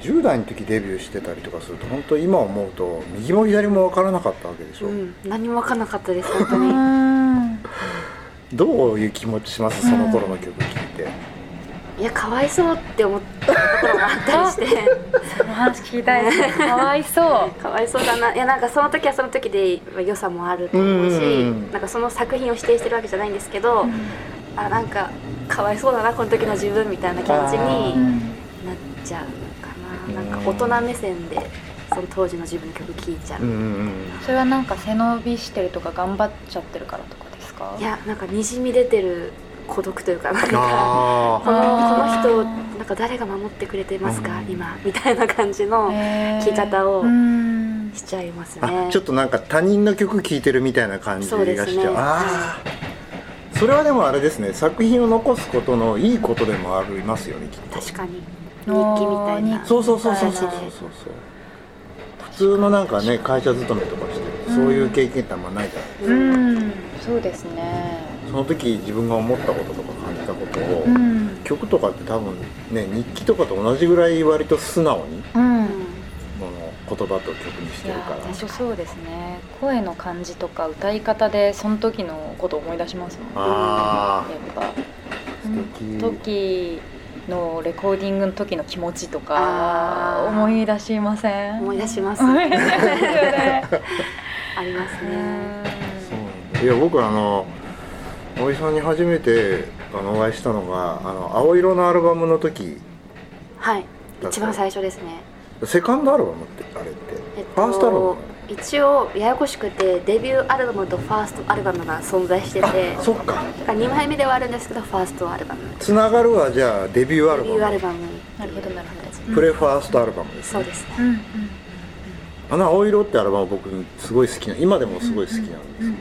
10代の時デビューしてたりとかすると本当今思うと右も左も分からなかったわけでしょ、うん、何も分かんなかったです本う当にんどういう気持ちしますその頃の曲聴いて、いやかわいそうって思ったところもあったりしてその話聞きたいですかわいそうかわいそうだないやなんかその時はその時でまあ良さもあると思うし、うんうんうんなんかその作品を否定してるわけじゃないんですけど、あなんかかわいそうだなこの時の自分みたいな気持ちうにんなっちゃうかなうんなんか大人目線でその当時の自分の曲聴いちゃう、うんうんそれはなんか背伸びしてるとか頑張っちゃってるからとかですかいやなんかにじみ出てる孤独というかなんうん、かあこのあーこの人なんか誰が守ってくれてますか、うん今みたいな感じのへー聞き方をうんしちゃいますあ、ねあちょっとなんか他人の曲聴いてるみたいな感じがしちゃそううですねああそれはでもあれですね作品を残すことのいいことでもありますよねきっと確かに日おー記みたいな日記そうそうそうそうそうそうそう普通のなんかね会社勤めとかしてるとそういう経験ってあんまないじゃない、うんそうですねその時自分が思ったこととか感じたことを、うん曲とかって多分ね日記とかと同じぐらい割と素直にううんんもの言葉と曲にしいてるやから本当そうですね声の感じとか歌い方でその時のことを思い出しますもんやっあぱその敵時のレコーディングの時の気持ちとあかー思い出しません思い出します 思い出しますよねありますねあそうなんだいや僕あのお井さんに初めてあのお会いしたのがあの青色のアルバムの時はいだ一番最初ですねセカンドアルバムってあれって、えっファーストアルバムと一応ややこしくてデビューアルバムとファーストアルバムが存在しててあそっかだから2枚目ではあるんですけどファーストアルバムつながるはじゃあデビューアデルビューバアルムバムなるほどなるほどプレファーストアルバムですそうですねうんうんあの「青色」ってアルバム僕すごい好きな今でもすごい好きなんですけど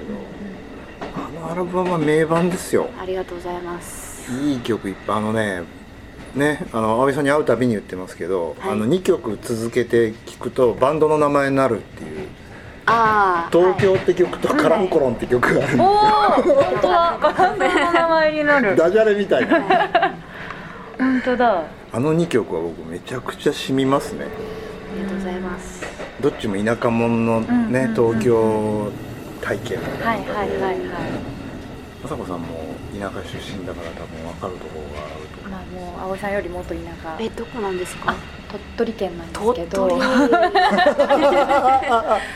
あのアルバムは名盤ですよありがとうございますいい曲いっぱいあのねねあの青井さんに会うたびに言ってますけど、はいあの2曲続けて聴くとバンドの名前になるっていう「ああ東京」って曲と「カランコロン」って曲がある、おお本当だバランドの名前にな るダジャレみたいな本当だあの2曲は僕めちゃくちゃ染みますねありがとうございますどっちも田舎者のね、うんうんうん東京体験みはたいいなは感いじではいは雅子さんも田舎出身だから多分分かるところがあると思い うまあもう葵さんよりもっと田舎えどこなんですか鳥取県なんですけ鳥ど取もうへ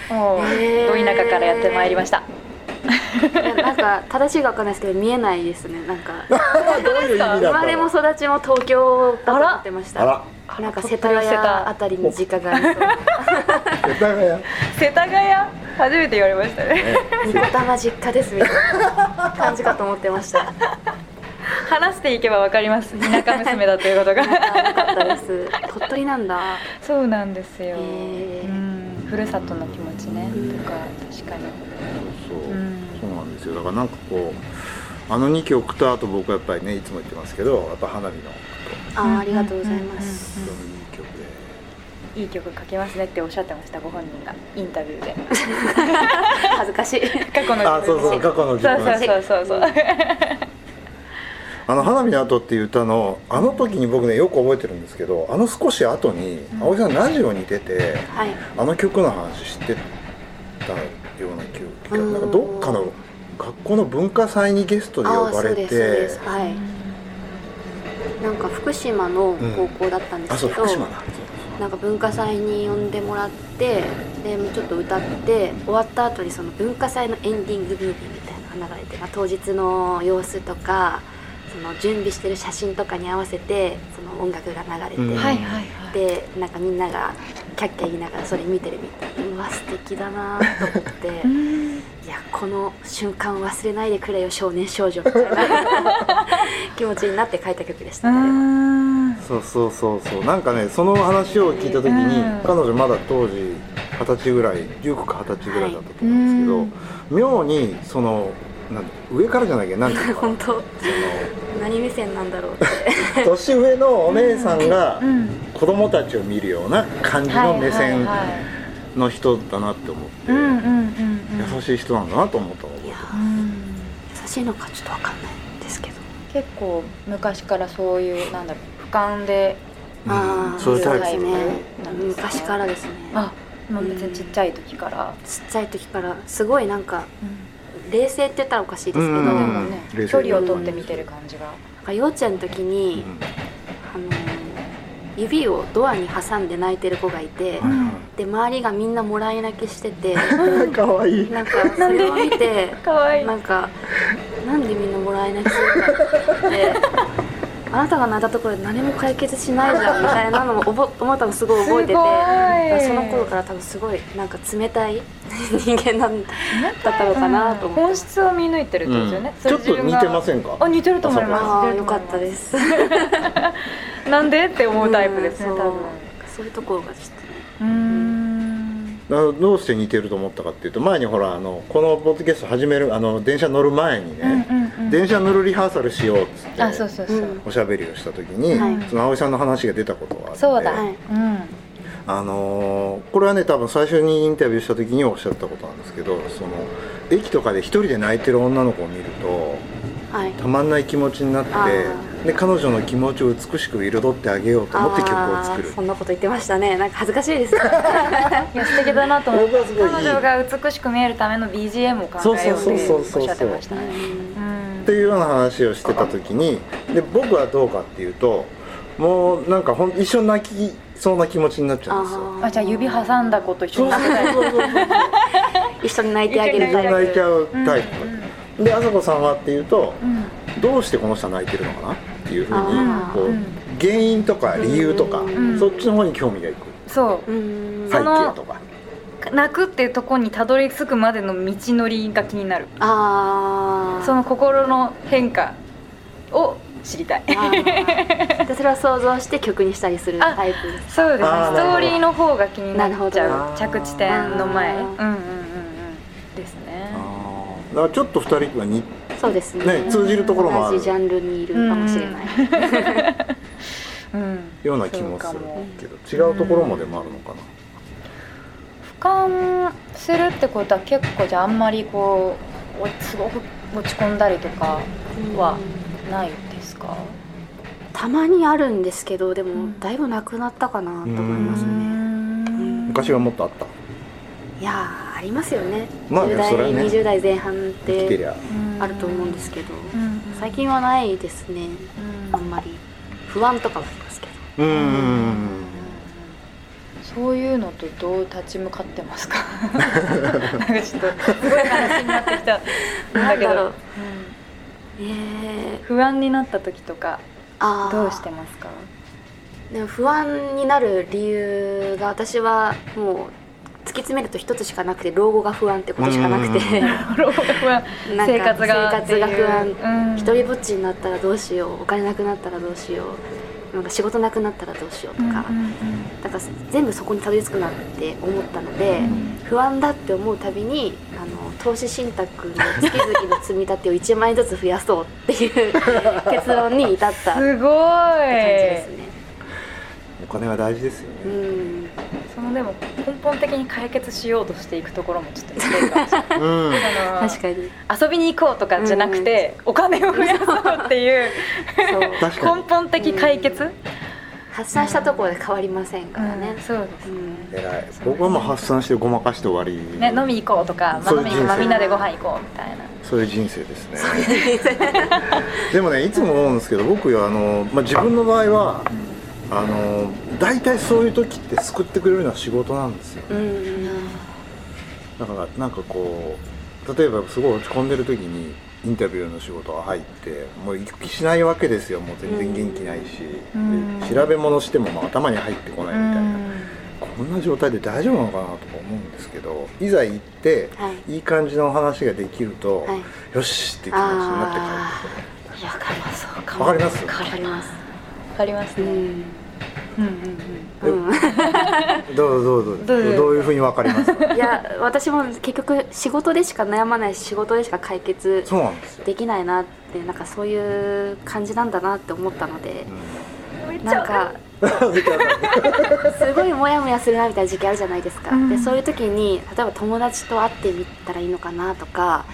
ーど田舎からやってまいりましたいやなんか正しいかわかんないですけど見えないですねなんかどういう意味だった生まれも育ちも東京だと思ってましあたらなんか世田谷あたりに実家がありそう世田谷 ね世田谷初めて言われましたねたま実家ですみたいな感じかと思ってました。よ 話していけばわかります田舎娘だということ がかったです。鳥取なんだ。そうなんですよ、へーうんふるさとの気持ちね、うんとか確かにそう、うんそうなんですよだからなんかこうあの2曲とあと僕はやっぱりねいつも言ってますけどやっぱ花火のあー、ありがとうございまとす。てもいい曲で、いい曲書けますねっておっしゃってましたご本人がインタビューで恥ずかしい。過去の自分あそうそう過去の自分そうそうそうそうそうあの花火の後っていう歌のあの時に僕ねよく覚えてるんですけどあの少し後にうん青木さんラジオに出てはい。あの曲の話してたような記憶がうんなんかどっかの学校の文化祭にゲストであ呼ばあ、そうれです。そうでてす。はい。なんか福島の高校だったんであすそうけど。福島だなんか文化祭に呼んでもらってでちょっと歌って終わった後にその文化祭のエンディングムービーみたいなのが流れて、まあ、当日の様子とかその準備してる写真とかに合わせてその音楽が流れて、うんはいはいはいでなんかみんながキャッキャ言いながらそれ見てるみたいなうわ素敵だなと思ってうんいやこの瞬間を忘れないでくれよ少年少 女みたいな気持ちになって書いた曲でした、ね、そうそうそうそうなんかねその話を聞いた時に、うん彼女まだ当時二十歳ぐらい19か二十歳ぐらいだったと思うんですけど、妙にそのなんだ上からじゃなきゃなんていうのか 本な当何目線なんだろうって その年上のお姉さんがうん子供たちを見るような感じの目線の人だなって思って、うんうんうんうん優しい人なんだなと思ったのいや僕うん優しいのかちょっとわかんないんですけど結構昔からそういうなんだろう俯瞰でああそういうタイプですねなんですね昔からですねあもう別にちっちゃい時から、ちっちゃい時からすごいなんか冷静って言ったらおかしいですけど、うんでなんもね冷静距離を取って見てる感じが、か幼稚園の時に、あの指をドアに挟んで泣いてる子がいて、うんで周りがみんなもらい泣きしててはいかわいいなんかそれを見てかわいいなんかなんでみんなもらい泣きするんだろうってあなたが泣いたところで何も解決しないじゃんみたいなのをおぼ思ったのすごい覚えててすごだいからその頃から多分すごいなんか冷たい人間なんだったのかなと思って本質を見抜いてるってことですよね、ちょっと似てまんせんかあ似てると思いあますあ似てよるとか思っいますたですなんでって思うタイプですね、うん多分そうそういうところがちょっとねうーんあのどうして似てると思ったかっていうと前にほらあのこのポッドキャスト始めるあの電車乗る前にうんね、うんうん電車乗るリハーサルしようっつってあそうそうそう、うんおしゃべりをした時に、はいその葵さんの話が出たことがあってそうだ、はいうんあのーこれはね多分最初にインタビューした時におっしゃったことなんですけどその駅とかで一人で泣いてる女の子を見るとはいたまんない気持ちになあってーで彼女の気持ちを美しく彩ってあげようと思って曲を作あーるそんなこと言ってましたねなんか恥ずかしいですいや素敵だなと思ってこれがすごいいい彼女が美しく見えるための BGM を考えようってそうおそうそうそっうそうしゃってましたねうってんいうような話をしてた時にで僕はどうかっていうともうなんかほん一緒に泣きそうな気持ちになっちゃうんですよ。ーあじゃあ指挟んだ子と一緒そうにそうそうそうそう 一緒に泣いてあげ一る緒タにイプ泣いちゃうタイうんうんプであさこさんはっていうとうんどうしてこの人は泣いてるのかなっていうふうにあーこううん原因とか理由とかんそっちの方に興味がいくそうーん背その景とかう泣くっていうとこにたどり着くまでの道のりが気になるあーその心の変化を知りたいあーでそれを想像して曲にしたりするタイプですそうですねあーストーリーの方が気にななっちるゃほうど着地点の前あうーんうんうんうんですねあーだからちょっと2人はにそうですねね通じるところもあ同るじジャンルにいるかもしれない、うんような気もすそるうかもけど違うところまでもあるのかな俯瞰するってことは結構じゃああんまりこうおすごく落ち込んだりとかうんわないですかたまにあるんですけどでうもんだいぶなくなったかなと思いますうね昔はもっとあったいやーありますよねまあね10代それはね20代前半っ生きてりてゃあると思うんですけど最近近はないですねあんまり不安とかもありますけどうんうんそういうのとどう立ち向かってますかなんかちょっとすごい話になってきたんだけなんだろどうえー、不安になった時とかあーどうしてますかでも不安になる理由が私はもう突き詰めると一つしかなくて老後が不安ってことしかなくてうんうん老後が 不安 なんか生活が生活が不安安一人ぼっちになったらどうしようお金なくなったらどうしようなんか仕事なくなったらどうしようとか、だから全部そこにたどり着くなって思ったので、不安だって思うたびにあの投資信託の月々の積み立てを1万円ずつ増やそうっていう結論に至った感じすごでいすね。お金は大事ですようねんそのでも根本的に解決しようとしていくところもちょっと似てるかもしれ ないうんあの確かに遊びに行こうとかじゃなくて、お金を増やそうって いうそう確か根に本的解決、発散したところで変わりませんからねうん、そうですう、ん偉い僕はもう発散してごまかして終わりね、飲み行こうとか、まあ、そうい飲うみ人生まあみんなでご飯行こうみたいなそういう人生ですねでもねいつも思うんですけど僕はあの、まあ、自分の場合はあの大体そういう時って救ってくれるのは仕事なんですようんだからなんかこう例えばすごい落ち込んでる時にインタビューの仕事が入ってもう行く気しないわけですよもう全然元気ないし、うんで調べ物してもまあ頭に入ってこないみたいな、うこんな状態で大丈夫なのかなとか思うんですけどいざ行って、、はいい感じの話ができると、はいよしって気持ちになって帰ってくるいやわかりますわわかりますかりますんわかりますうね、んうんうんうんどうぞどうぞどどううぞいうふうに分かりますかいや私も結局仕事でしか悩まないし仕事でしか解決そうなんですよ、できないなってなんかそういう感じなんだなって思ったのでうん、めっちなんゃか すごいモヤモヤするなみたいな時期あるじゃないですか、うんでそういう時に例えば友達と会ってみたらいいのかなとか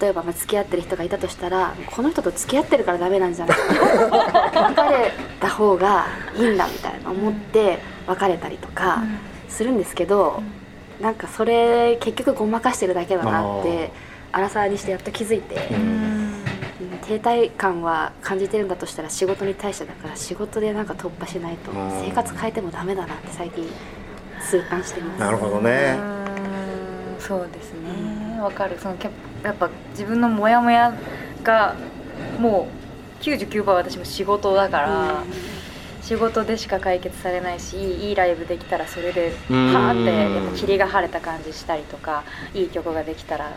例えばまあ付き合ってる人がいたとしたらこの人と付き合ってるからダメなんじゃないか別れた方がいいんだみたい思って別れたりとかするんですけど、なんかそれ結局ごまかしてるだけだなって荒沢にしてやっと気づいて、ううんんうん停滞感は感じてるんだとしたら仕事に対してだから仕事でなんか突破しないとうん生活変えてもダメだなって最近痛感してます。なるほどねうんそうですねわかるそのけやっぱ自分のモヤモヤがもう99%は私も仕事だから、仕事でしか解決されないしいいいいライブできたらそれでパうんーってやっぱ霧が晴れた感じしたりとかいい曲ができたら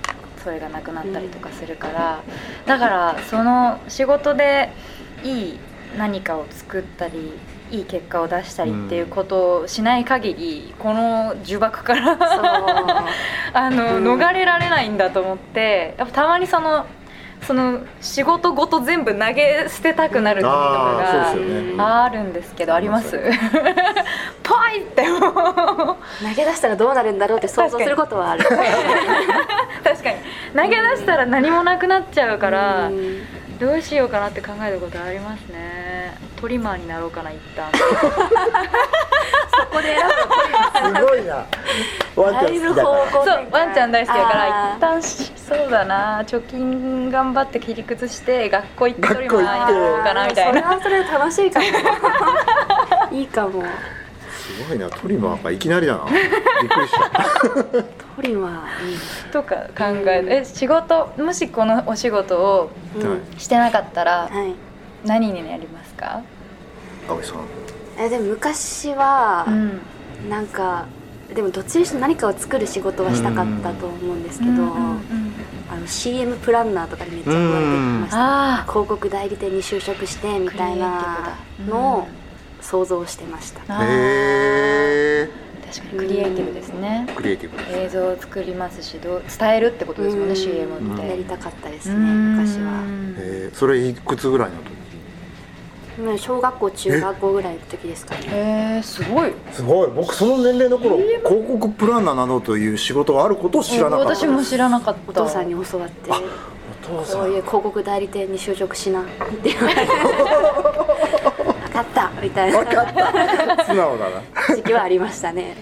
それがなくなったりとかするからだからその仕事でいい何かを作ったりいい結果を出したりっていうことをしない限りこの呪縛からそうあのうん逃れられないんだと思ってやっぱたまにそのその仕事ごと全部投げ捨てたくなる時とかああがそうですよね、うんあるんですけどありますあパイってもう投げ出したらどうなるんだろうって想像することはある。確かに投げ出したら何もなくなっちゃうからうんどうしようかなって考えることありますねトリマーになろうかな一旦ここで選ぶすごいなワンちゃんだい好ぶきだから方向そうワンちゃん大好きだから旦一旦しそうだな貯金頑張って切り崩して学校行ってトリマーに学校なろうかなみたいなそれはそれで楽しいかもいいかもすごいなトリマーがいきなりだなびっくりしたトリマーいいとか考えるえ仕事もしこのお仕事をうんはいしてなかったらはい何になりますか、青井さんえでも昔は、んなんかでもどっちにしても何かを作る仕事はしたかったと思うんですけど、ん、あの CM プランナーとかにめっちゃ言われてました、ああ広告代理店に就職してみたいなのを想像してました、あーへえ確かにクリエイティブですねクリエイティブです映像を作りますしどう伝えるってことですもんねうん CM ってうんやりたかったですうねん昔はえー、それいくつぐらいの時うん小学校中学校ぐらいの時ですかねへえすごいすごい僕その年齢の頃広告プランナーなどという仕事があることを知らなかった私も知らなかったお父さんに教わってお父さそういんう広告代理店に就職しなって言われて分かったみたい分かなった素直だな時期はありましたね、はい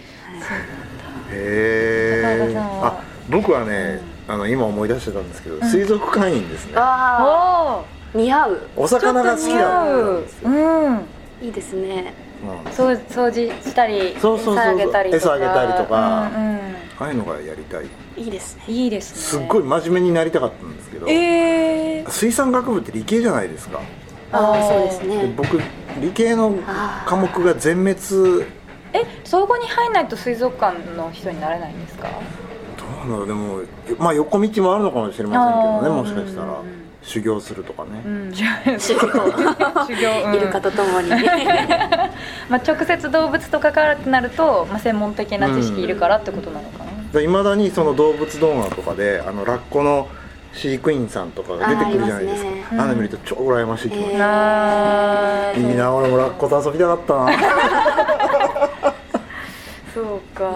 へ高田えさんはあ僕はね、あの今思い出してたんですけど、水族館員ですねあおあお似合うお魚が好き似合なんうですよ、うんいいですねうんそう掃除したりそうそうそう餌あげたりとか餌あげたりとかうんうんああいうのがやりたいいいですねいいですねすっごい真面目になりたかったんですけど、ええ水産学部って理系じゃないですか、あああーそうですでね僕理系の科目が全滅どうえそこに入んないと水族館の人になれないんですかなのでもまあ横道もあるのかもしれませんけどねあーもしかしたらうんうん修行するとかね、 うんじゃあ仕事を修行、うんイルカとともにはまあ、直接動物と関わるってなると、まあ、専門的な知識いるからってことなのかな、いまだにその動物動画とかであのラッコの飼育員さんとかが出てくるじゃないですかあーいますあ,、ねの見ると超羨ましい気持ち、えあーいいな俺もラッコと遊びたかったな そうか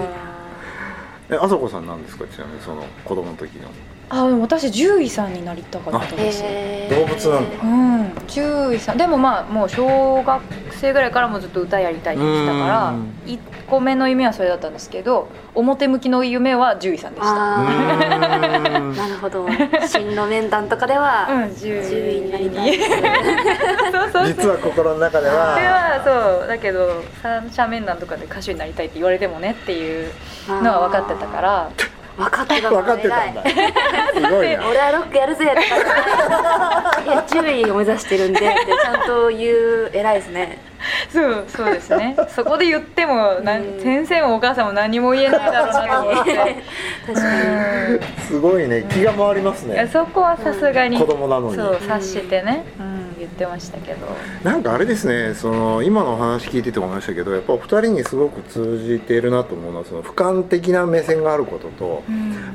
えあさこさんなんですかちなみにその子供の時のあでも私獣医さんになりたかったです、動物なんだうん獣医さんでもまあもう小学生ぐらいからもずっと歌やりたいってしたからうん1個目の夢はそれだったんですけど表向きの夢は獣医さんでしたうあーあんなるほど進路面談とかではうん獣獣医になりたいそうそうそう実は心の中でそれははそうだけど三者面談とかで歌手になりたいって言われてもねっていう のは分かってたから分かってた分かってたんだすごいな俺はロックやるぜとか言っていや獣医を目指してるんでってちゃんと言う偉いです ねそうそうで すねそこで言ってもなんうん先生もお母さんも何も言えないだろうなと思って確かすごいね気が回りますうんねそこはさすがに子供なのにそう察してね、うん、言ってましたけどなんかあれですねその今のお話聞いてて思いましたけどやっぱお二人にすごく通じているなと思うのはその俯瞰的な目線があることと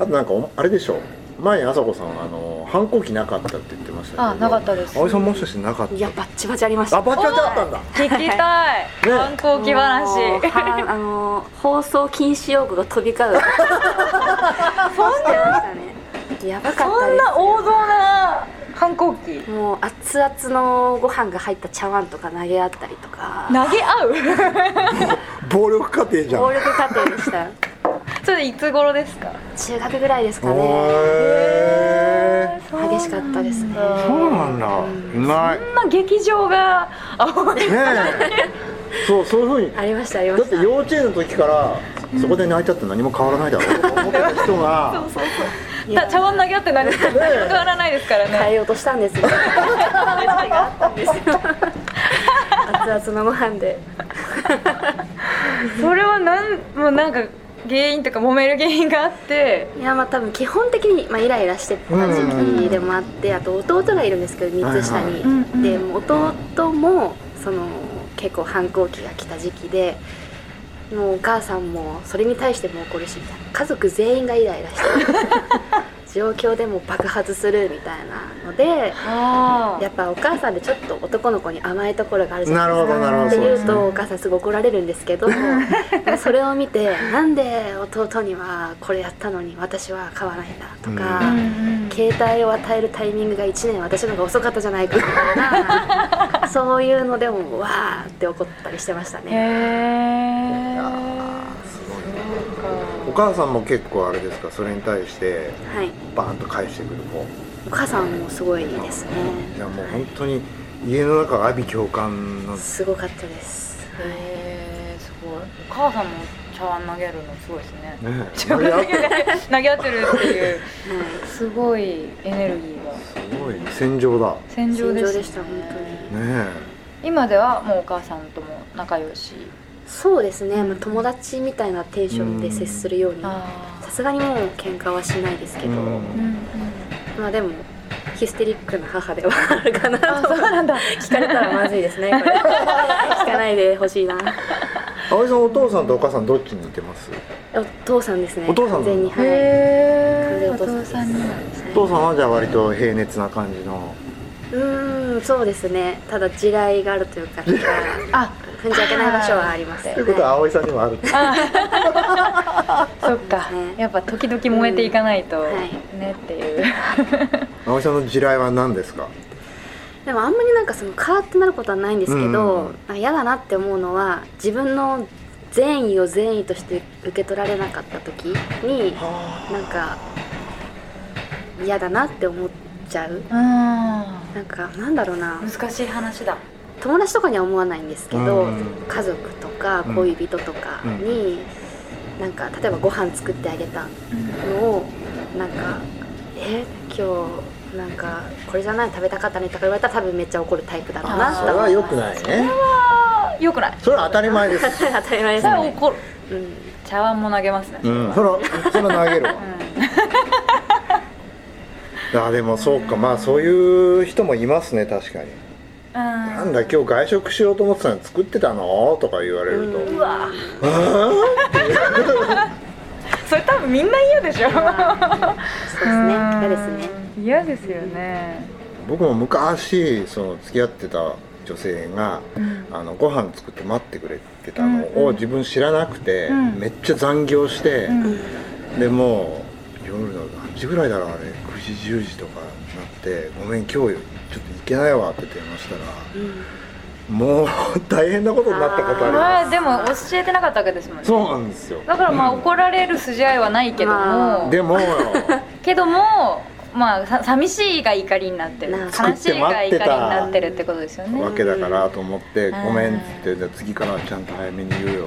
あとなんかおあれでしょう前にあさこさんあの反抗期なかったって言ってましたけどあなかったです葵さんもしかしてなかっにいたやバッチバチありましたあバチバチあったんだ聞きたい ね反抗期話もうはあの放送禁止用語が飛び交うそんなやばかったそでんすな王道な反抗期もう熱々のご飯が入った茶碗とか投げ合ったりとか投げ合う 暴力家庭じゃん暴力家庭でしたそれいつ頃ですか中学ぐらいですかねへー激しかったですねそうなんだないそんな劇場があねえそうそういうふうにありましたありまだっしてた幼稚園の時からそこで泣いたって何も変わらないだろうと思ってた人がいやた茶碗投げ合ってないですから何も変わらないですから変えねようとしたんです よ 話があったんですよ熱々のご飯でそれはなんもうなんか原因とか揉める原因があっていやまあ多分基本的に、まあ、イライラしてた時期でもあって、あと弟がいるんですけど3つ下に、はいはいでうんもう弟もその結構反抗期が来た時期でもうお母さんもそれに対しても怒るしみたいな家族全員がイライラ してる状況でも爆発するみたいなのであやっぱお母さんでちょっと男の子に甘いところがあるじゃないなでするかほどなるほどってそう言でうすとねお母さんすごい怒られるんで すけどそれを見てなんで弟にはこれやったのに私は買わないんだとか、うん携帯を与えるタイミングが1年私の方が遅かったじゃないかみたい なそういうのでもわーって怒ったりしてましたへね。えいやーすごいお母さんも結構あれですかそれに対してはい、バーンと返してくる子お母さんもすごいですねいやもう本当に家の中が阿鼻共感のすごかったです、はいへえすごいお母さんも茶碗投げるのすごいですねね投げ合って投げ合ってるっていうはい すごいエネルギーがすごい戦場だね戦場です、ね、戦場でした本当にえ今ではもうお母さんとも仲良しそうですね、まあ、友達みたいなテンションで接するようにさあすがにもう喧嘩はしないですけど、うんうんうん、まあでもヒステリックな母ではあるかなあとそうなんだ聞かれたらまずいですねこれ聞かないでほしいな葵さんお父さんとお母さんどっちに似てますお父さんですねお父さん完全にはい完へ全にえお父さんにですお父さんはじゃあ割と平熱な感じのうーんそうですねただ地雷があるというかなんかあ踏んじゃいけない場所はありますということは葵さんにもあるそっかねやっぱ時々燃えていかないとはいねっていう、葵さんの地雷は何ですかでもあんまりなんかそのカーってなることはないんですうけど、んうんうんなんか嫌だなって思うのは自分の善意を善意として受け取られなかった時になんか嫌だなって思っちゃうあなんかなんだろうなー難しい話だ友達とかには思わないんですけど、うん家族とか恋人とかに、なんか例えばご飯作ってあげたのをなんか「え今日なんかこれじゃない食べたかったね」とか言われたら多分めっちゃ怒るタイプだろうなあとそれは思い良ますくないねあよくないそれは当たり前です当たり前でそすれはね、怒るうん、茶碗も投げますね、うんそれはそれは投げ るわあでもそうかまあそういう人もいますね確かにななんだ今日外食しようと思ってたのに作ってたのとか言われると、うんうわあそれ多分みんな嫌でしょそうですね嫌ですねね嫌ですよね、ー僕も昔その付き合ってた女性があのご飯作って待ってくれてたのうんうをん自分知らなくて、うんめっちゃ残業して、うんでもう夜の何時ぐらいだろうあれ9時10時とかになって「ごめん今日ちょっと行けないわ」って電話したらうんもう大変なことになったことありままあでも教えてなかったわけですもんねすそうなんですよだからまあ怒られる筋合いはないけどまもあで もよけどもまあさ寂しいが怒りになってるなあ悲しいが怒りになってるってことですよねわけだからと思って「うんごめん」っつって「じゃあ次からはちゃんと早めに言うよ」って言っ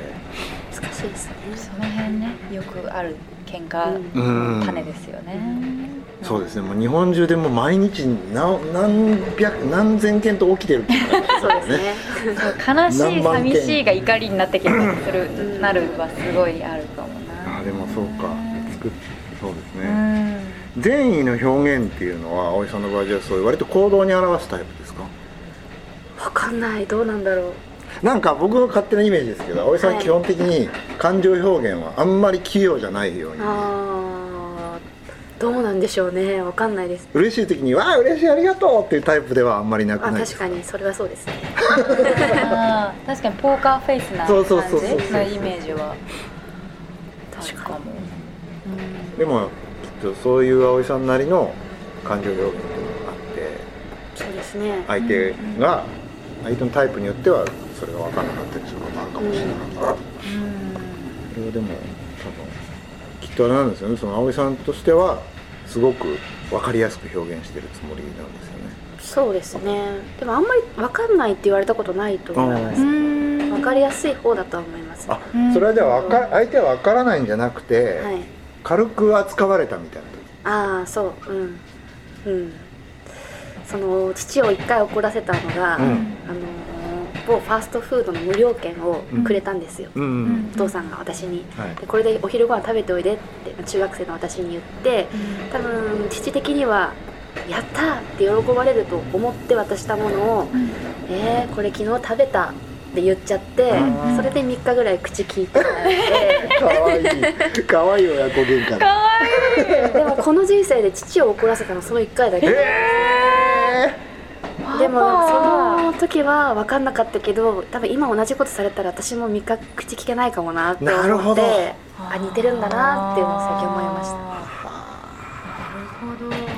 て。難しいですねその辺ねよくある喧嘩うんの種ですよね、そうですねもう日本中でもう毎日な何百何千件と起きてるっていう感じそうですねそう悲し何い万件寂しいが怒りになってきたりするなるはすごいあるかもなあーでもそうか作っそうですうね、ん善意の表現っていうのは葵さんの場合じゃあそういう割と行動に表すタイプですかわかんないどうなんだろうなんか僕の勝手なイメージですけど葵さんはい基本的に感情表現はあんまり器用じゃないようにあーどうなんでしょうねわかんないです嬉しい時に「わあ嬉しいありがとう」っていうタイプではあんまりなくなあいで確すかにそれはそうですねあー確かにポーカーフェイスなそ感うそうそうそうじのイメージは確確かかも、でもきっとそういう葵さんなりの感情表現っていうのがですね相手が相手のタイプによってはそれが分からなかったりすることあるかもしれないから、それはでも多分きっとあれなんですよねその葵さんとしてはすごく分かりやすく表現してるつもりなんですよねそうですねでもあんまり分かんないって言われたことないと思いまうすんうん分かりやすい方だとは思いますはあそれはじゃあわか相手は分からないんじゃなくて、い軽く扱われたみたいなああそううんうんその父を一回怒らせたのが、うんあのー某ファーストフードの無料券をくれたんですよ、うん、んお父さんが私にはいでこれでお昼ご飯食べておいでって中学生の私に言って多分父的には「やったー!」って喜ばれると思って渡したものを「えー、これ昨日食べた」って言っちゃってうんそれで3日ぐらい口聞いてもらってかわいいかわいい親子喧嘩だでもこの人生で父を怒らせたのその1回だけえでもパそパの時は分かんなかったけど多分今同じことされたら私も味覚口聞けないかもなってなる思ほっどてあ似てるんだなっていうのを最近思いましたーなるほど